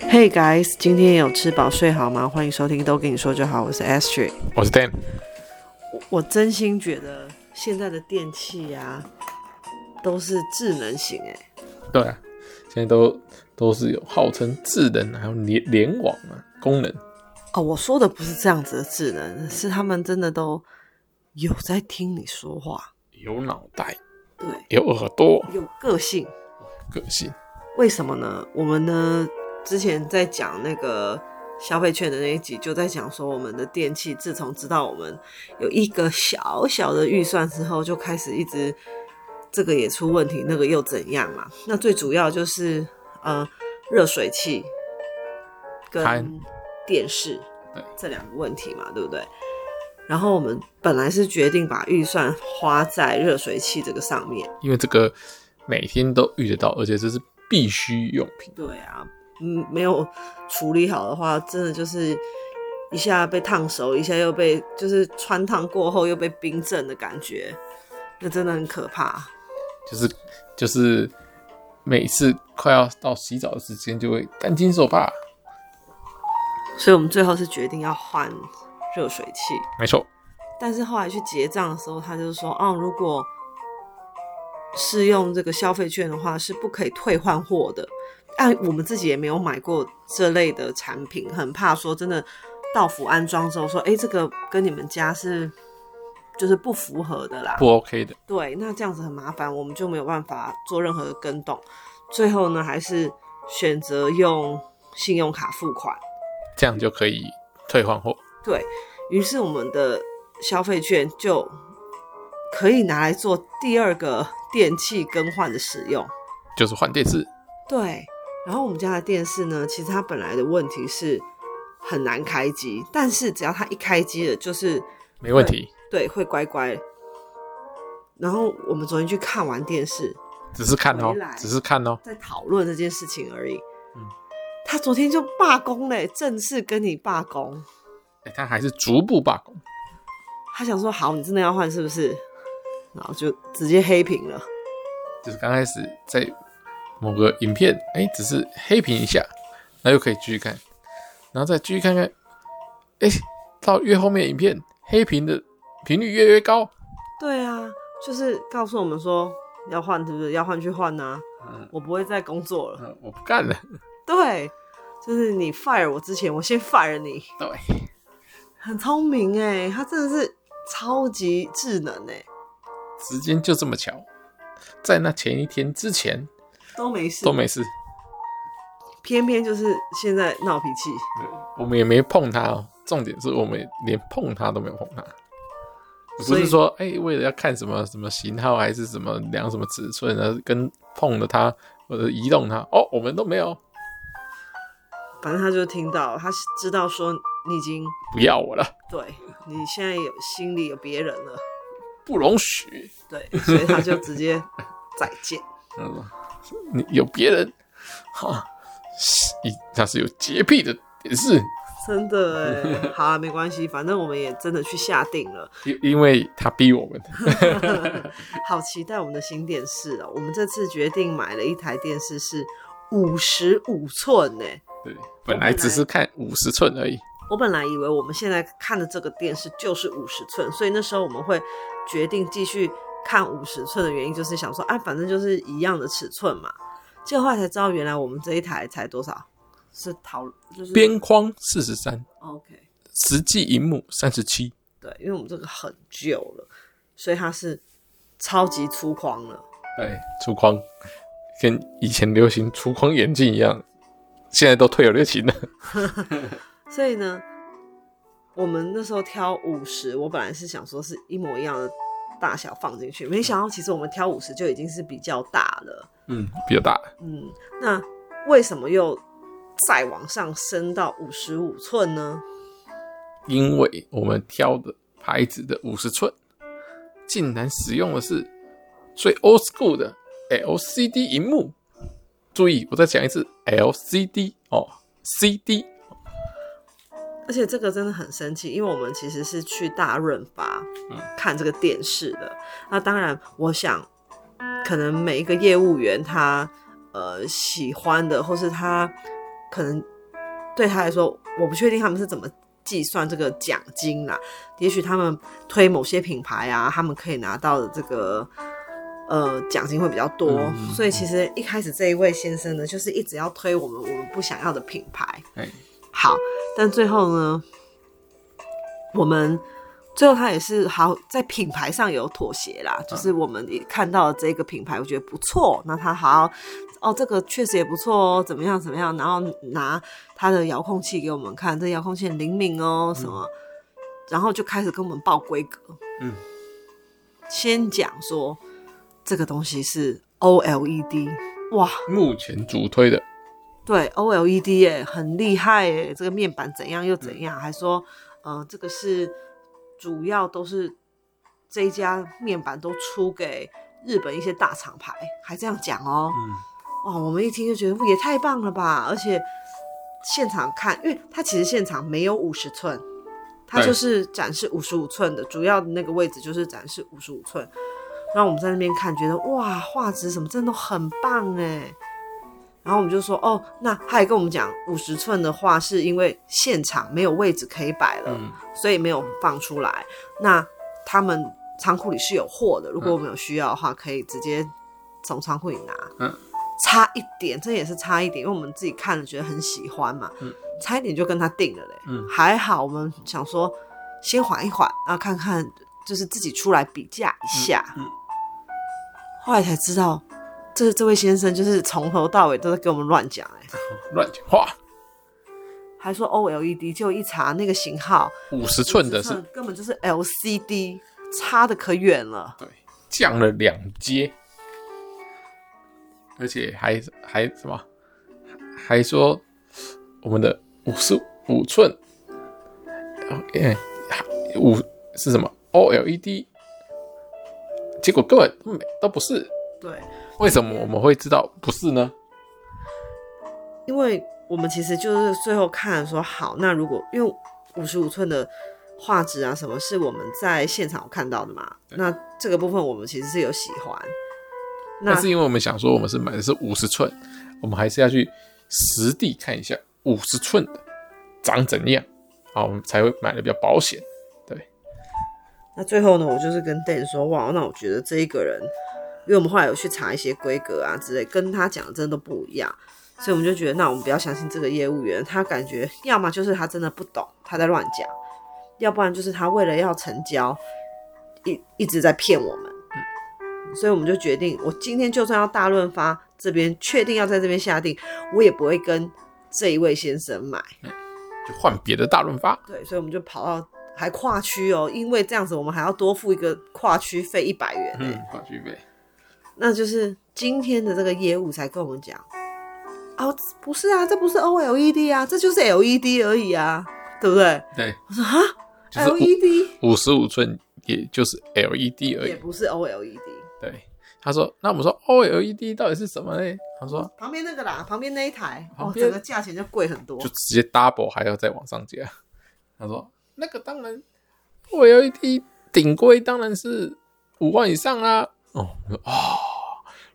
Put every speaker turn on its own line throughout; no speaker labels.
Hey guys，今天有吃饱睡好吗？欢迎收听，都跟你说就好。我是 Astrid，
我是 Dan，
我我真心觉得现在的电器呀、都是智能型哎、
对啊，现在都都是有号称智能，还有联联网啊功能，
哦，我说的不是这样子的智能，是他们真的都有在听你说话，
有脑袋，
对，
有耳朵，
有个性。
个性，
为什么呢？我们呢之前在讲那个消费券的那一集，就在讲说我们的电器自从知道我们有一个小小的预算之后，就开始一直这个也出问题，那个又怎样嘛？那最主要就是呃热水器
嗨
跟电视
对
这两个问题嘛，对不对？然后我们本来是决定把预算花在热水器这个上面。
因为这个每天都遇得到，而且这是必需用品，
对啊，嗯，没有处理好的话，真的就是一下被烫熟，一下又被就是穿烫过后又被冰镇的感觉，那真的很可怕。
就是就是每次快要到洗澡的时间就会担惊受怕，
所以我们最后是决定要换热水器，
没错，
但是后来去结账的时候，他就说，哦、如果是用这个消费券的话，是不可以退换货的。但我们自己也没有买过这类的产品，很怕说真的到府安装之后说，哎，这个跟你们家是就是不符合的啦。
不 OK 的，
对，那这样子很麻烦，我们就没有办法做任何的跟动。最后呢，还是选择用信用卡付款。
这样就可以退换货，
对于是，我们的消费券就可以拿来做第二个电器更换的使用。
就是换电视，
对，然后我们家的电视呢，其实它本来的问题是很难开机，但是只要它一开机了，就是
没问题，
对会乖乖。然后我们昨天去看完电视，
只是看哦
回来，
只是看哦，
在讨论这件事情而已。
嗯
他昨天就罢工嘞，正式跟你罢工。
哎、他还是逐步罢工，
他想说好，你真的要换是不是？然后就直接黑屏了。
就是刚开始在某个影片，哎、只是黑屏一下，那又可以继续看，然后再继续看看，哎、到越后面影片黑屏的频率越来越高，
对啊，就是告诉我们说要换，是不是要换去换呐、
嗯
我不会再工作了。
嗯，我不干了，
对，就是你 fire 我之前，我先 fire 你。
对，
很聪明哎、他真的是超级智能哎、
时间就这么巧，在那前一天之前
都没事，
都没事，
偏偏就是现在闹脾气。
我们也没碰它哦，重点是我们连碰它都没有碰它。不
所以
是说，哎、为了要看什么什么型号，还是什么量什么尺寸啊，跟碰了它或者移动它，哦，我们都没有，
反正他就听到，他知道说你已经
不要我了，
对你现在有心里有别人了，
不容许。
对，所以他就直接 再见。
他说你有别人，哈，一他是有洁癖的，也是
真的哎，好啊，没关系，反正我们也真的去下定了，
因因为他逼我们，
好期待我们的新电视哦！我们这次决定买了一台电视是五十五寸呢。
对，本来只是看五十寸而已，
我本来以为我们现在看的这个电视就是五十寸，所以那时候我们会决定继续看五十寸的原因，就是想说，啊，反正就是一样的尺寸嘛。结果后来才知道，原来我们这一台才多少，是淘就是
边框四十三，
OK。
实际荧幕三十七，
对，因为我们这个很旧了，所以它是超级粗框了。
对，粗框跟以前流行粗框眼镜一样，现在都退有流行了，
所以呢，我们那时候挑五十，我本来是想说是一模一样的大小放进去，没想到其实我们挑五十就已经是比较大了。
嗯，比较大，
嗯，那为什么又再往上升到五十五寸呢？
因为我们挑的牌子的五十寸，竟然使用的是最 old school 的 LCD 荧幕。注意，我再讲一次 LCD 哦，CD
而且这个真的很生气，因为我们其实是去大润发、
嗯
看这个电视的。那当然，我想可能每一个业务员他呃喜欢的，或是他可能对他来说，我不确定他们是怎么计算这个奖金啦。也许他们推某些品牌啊，他们可以拿到的这个呃奖金会比较多。
嗯嗯
所以其实一开始这一位先生呢，就是一直要推我们我们不想要的品牌。
哎，
好，但最后呢，我们最后他也是好在品牌上有妥协啦，就是我们也看到了这个品牌，我觉得不错，那他好哦，这个确实也不错哦，怎么样怎么样，然后拿他的遥控器给我们看，这遥控器很灵敏哦，什么，然后就开始跟我们报规格，
嗯，
先讲说这个东西是 OLED，哇，
目前主推的，
对，OLED 耶、很厉害耶、这个面板怎样又怎样，还说，呃，这个是主要都是这一家面板都出给日本一些大厂牌，还这样讲哦、
嗯，
哇，我们一听就觉得也太棒了吧！而且现场看，因为它其实现场没有五十寸，它
对
就是展示五十五寸的，主要的那个位置就是展示五十五寸。然后我们在那边看，觉得哇，画质什么真的都很棒哎。然后我们就说哦，那他还跟我们讲，五十寸的话是因为现场没有位置可以摆了，
嗯
所以没有放出来。那他们仓库里是有货的，如果我们有需要的话，可以直接从仓库里拿。
嗯，
差一点，这也是差一点，因为我们自己看了觉得很喜欢嘛，
嗯
差一点就跟他定了嘞。
嗯
还好我们想说先缓一缓，然后看看就是自己出来比价一下。
嗯嗯
后来才知道，这这位先生就是从头到尾都在给我们乱讲哎、
乱讲话，
还说 OLED，结果一查那个型号，
五十寸的
尺
是
寸根本就是 LCD，差的可远了。
对，降了两阶，而且还还什么，还说我们的五十五寸，哎，五是什么 OLED？结果根本没都不是，
对，
为什么我们会知道不是呢？
因为我们其实就是最后看说，好，那如果因为五十五寸的画质啊，什么是我们在现场有看到的嘛？
对
那这个部分我们其实是有喜欢。那
那是因为我们想说我们是买的是五十寸，我们还是要去实地看一下五十寸的长怎样，啊，我们才会买的比较保险。
那最后呢，我就是跟 Dan 说，哇，那我觉得这一个人，因为我们后来有去查一些规格啊之类，跟他讲的真的都不一样，所以我们就觉得，那我们不要相信这个业务员，他感觉要么就是他真的不懂，他在乱讲，要不然就是他为了要成交，一一直在骗我们。嗯所以我们就决定，我今天就算要大润发这边确定要在这边下定，我也不会跟这一位先生买。
就换别的大润发，
对，所以我们就跑到还跨区哦，因为这样子我们还要多付一个跨区费一百元、
嗯，跨区费，
那就是今天的这个业务才跟我们讲，哦，不是啊，这不是 OLED 啊，这就是 LED 而已啊，对不对、
对，就
啊 l
是
e d
五五十五寸，也就是 LED 而
也
已。
不是 E OLED。
对，他说，那我们说哦 OLED 到底是什么呢？他说，
旁边那个啦，旁边那一台，哦
旁，边
整个价钱就贵很多
就。直接 double 还要再往上加。他说，那个当然，OLED 顶规当然是五万以上啦、哦，我说哦，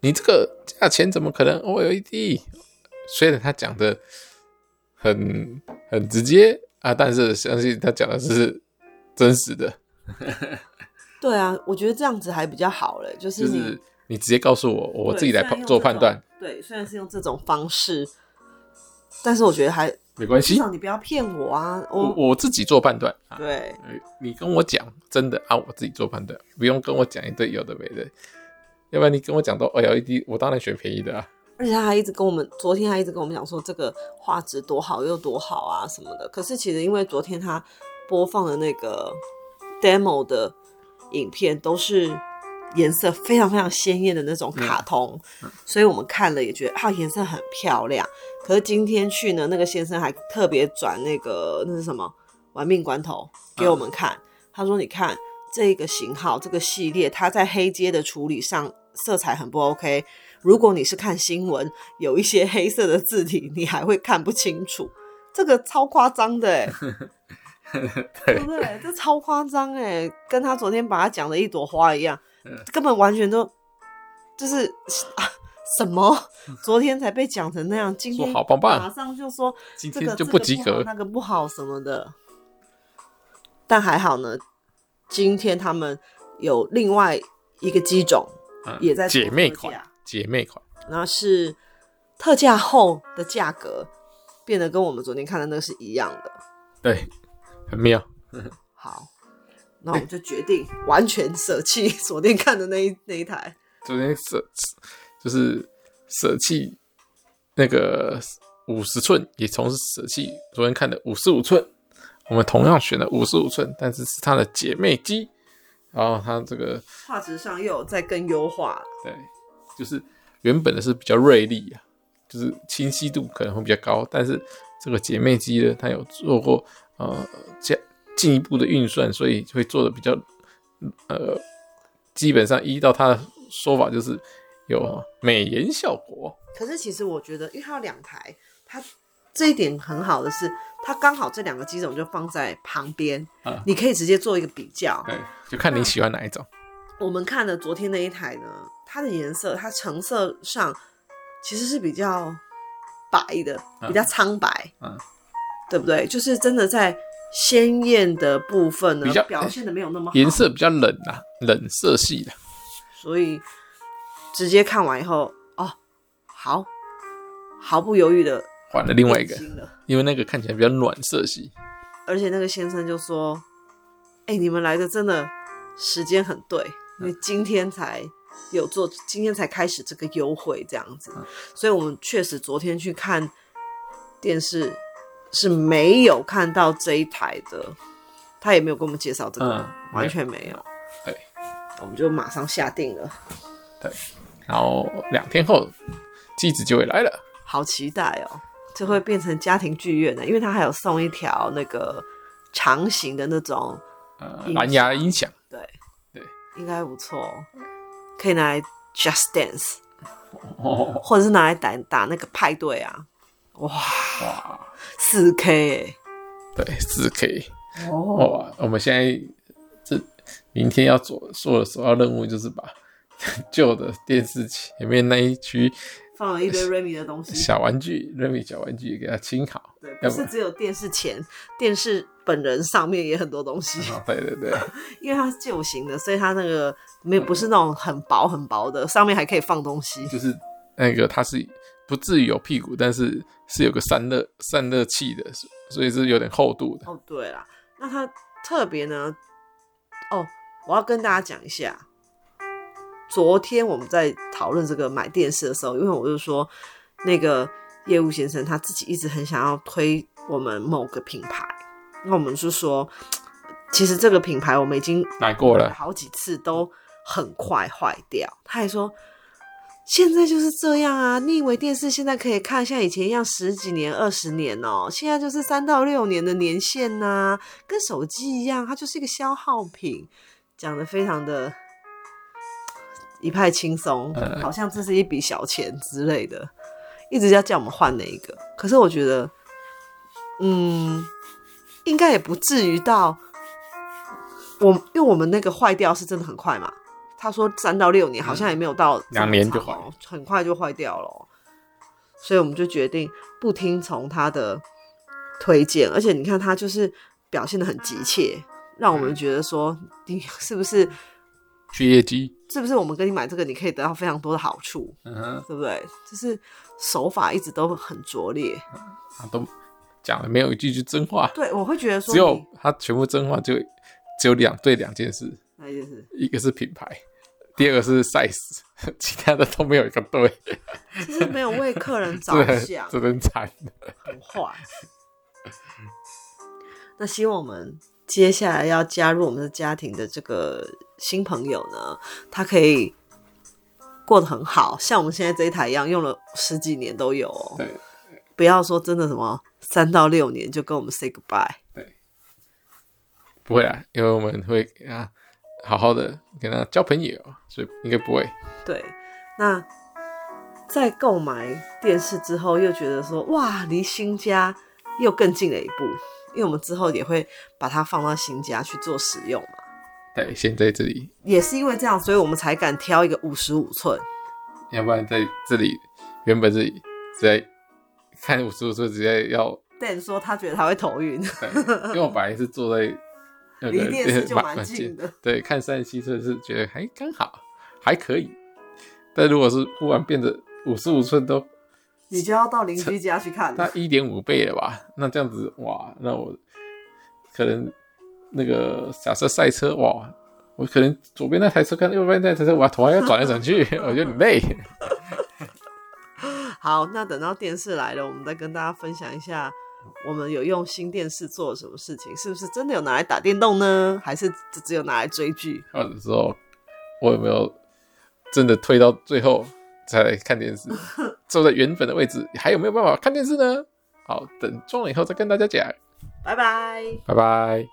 你这个价钱怎么可能哦 OLED？虽然他讲的很很直接啊，但是相信他讲的是真实的。
对啊，我觉得这样子还比较好嘞，就是
就
你、
是你直接告诉我，我
对
自己来
虽然
判
用
做
这
判
种
断，。
对，虽然是用这种方式，但是我觉得还
没关
至
系，
少你不要骗我啊！
我
我
我自己做判断啊。
对
呃你跟我讲真的啊，我自己做判断，不用跟我讲一堆有的没的，要不然你跟我讲到哎 OLED，我当然选便宜的啊。
而且他还一直跟我们，昨天还一直跟我们讲说这个画质多好又多好啊什么的。可是其实因为昨天他播放的那个 demo 的影片都是颜色非常非常鲜艳的那种卡通，所以我们看了也觉得啊颜色很漂亮。可是今天去呢，那个先生还特别转那个那是什么玩命关头
嗯
给我们看，他说你看。这个型号、这个系列，它在黑阶的处理上色彩很不 OK，如果你是看新闻，有一些黑色的字体，你还会看不清楚，这个超夸张的、 欸，对不对？这超夸张哎，跟他昨天把他讲的一朵花一样
嗯，
根本完全都就是、啊什 么？昨天才被讲成那样，今
说
天
好棒
马
棒，
上就说
今
啊这个
天就不及
这个
格啊
好。那个不好什么的。但还好呢，今天他们有另外一个机种
嗯
也在
姐妹
特价
款，姐妹款，
然后是特价后的价格变得跟我们昨天看的那个是一样的。
对，很妙。
好，那我们就决定完全舍弃 昨天看的那一那一台。
昨天舍就是舍弃那个五十寸，也同时舍弃昨天看的五十五寸。我们同样选了五十五寸，但是是它的姐妹机，然后它这个
画质上又有在更优化了，
对，就是原本的是比较锐利啊，就是清晰度可能会比较高，但是这个姐妹机呢，它有做过呃加进一步的运算，所以会做的比较呃，基本上依照它的说法就是有美颜效果，
可是其实我觉得，因为它有两台，它这一点很好的是，它刚好这两个机种就放在旁边，
嗯
你可以直接做一个比较。
对，就看你喜欢哪一种，
我们看的昨天那一台呢，它的颜色，它成色上其实是比较白的，
嗯
比较苍白，
嗯
对不对？就是真的在鲜艳的部分呢
比较，
表现的没有那么好，
颜色比较冷啊，冷色系的，
所以直接看完以后，哦，好，毫不犹豫的
换了另外一个，
了。
因为那个看起来比较暖色系，
而且那个先生就说：“哎、你们来的真的时间很对，因为今天才有做，今天才开始这个优惠这样子，所以我们确实昨天去看电视是没有看到这一台的，他也没有跟我们介绍这个，
嗯
完全没有。哎
对，
我们就马上下定了，
然后两天后机子就会来了。
好期待哦！这会变成家庭剧院的，因为他还有送一条那个长形的那种。”
呃，
音
蓝牙音响，
对，
对，
应该不错哦，可以拿来 Just Dance，
哦，
或者是拿来打打那个派对啊，哇，
哇，
四 K
对，四 K，
哎，哦，
哇，我们现在这明天要做做的首要任务就是把 旧的电视前面那一区
放了一堆 Remy 的东西，
小玩具、任意小玩具给它清好。
对，不
要不
是只有电视前，电视本人上面也很多东西，
啊对对对，
因为它是旧型的，所以它那个没有不是那种很薄很薄的，上面还可以放东西，
就是那个它是不至于有屁股，但是是有个散热散热器的，所所以是有点厚度的。
哦，对啦，那它特别呢，哦，我要跟大家讲一下，昨天我们在讨论这个买电视的时候，因为我就说那个业务先生他自己一直很想要推我们某个品牌，那我们就说，其实这个品牌我们已经
买过了，
好几次都很快坏掉。他还说，现在就是这样啊，你以为电视现在可以看像以前一样十几年、二十年哦、现在就是三到六年的年限呐、跟手机一样，它就是一个消耗品。讲的非常的一派轻松，
嗯
好像这是一笔小钱之类的，一直要叫我们换哪一个。可是我觉得，嗯，应该也不至于到我，因为我们那个坏掉是真的很快嘛。他说三到六年，好像也没有到这么
嗯两年就
长哦
坏，
很快就坏掉了哦。所以我们就决定不听从他的推荐，而且你看他就是表现的很急切，让我
嗯
们觉得说你是不是
去业绩，
是不是我们跟你买这个，你可以得到非常多的好处，
嗯哼，
对不对？就是手法一直都很拙劣。
啊都讲了没有一句句真话。
对，我会觉得说
只有他全部真话就只有两对两件事，
那哎就是，
一个是品牌，第二个是 size，其 他的都没有一个对，
就是没有为客人 着
这
想，
这很惨的。
很坏。那希望我们接下来要加入我们的家庭的这个新朋友呢，他可以过得很好，像我们现在这一台一样，用了十几年都有哦。
对
不要说真的什么三到六年就跟我们 say goodbye。
对，不会啊，因为我们会跟他好好的跟他交朋友，所以应该不会。
对，那在购买电视之后，又觉得说哇，离新家又更近了一步，因为我们之后也会把它放到新家去做使用嘛。
对，先在这里，
也是因为这样，所以我们才敢挑一个五十五寸。
要不然在这里原本是直接看五十五岁直接要，
Dan 说他觉得他会头晕，
对因为我本来是坐在那
离
个
电视 就蛮
近
近的。
对，看三十七寸是觉得还刚好，还可以。但如果是忽然变得五十五寸都
你就要到邻居家去看
那
了。
一点五倍了吧？那这样子哇，那我可能那个假设赛车哇，我可能左边那台车看右边那台车，我头还要转来转去， 我觉得很累。
好，那等到电视来了，我们再跟大家分享一下，我们有用新电视做了什么事情，是不是真的有拿来打电动呢？还是只只有拿来追剧？
或者说，我有没有真的推到最后才来看电视？坐在原本的位置，还有没有办法看电视呢？好，等装了以后再跟大家讲，
拜拜。
拜拜。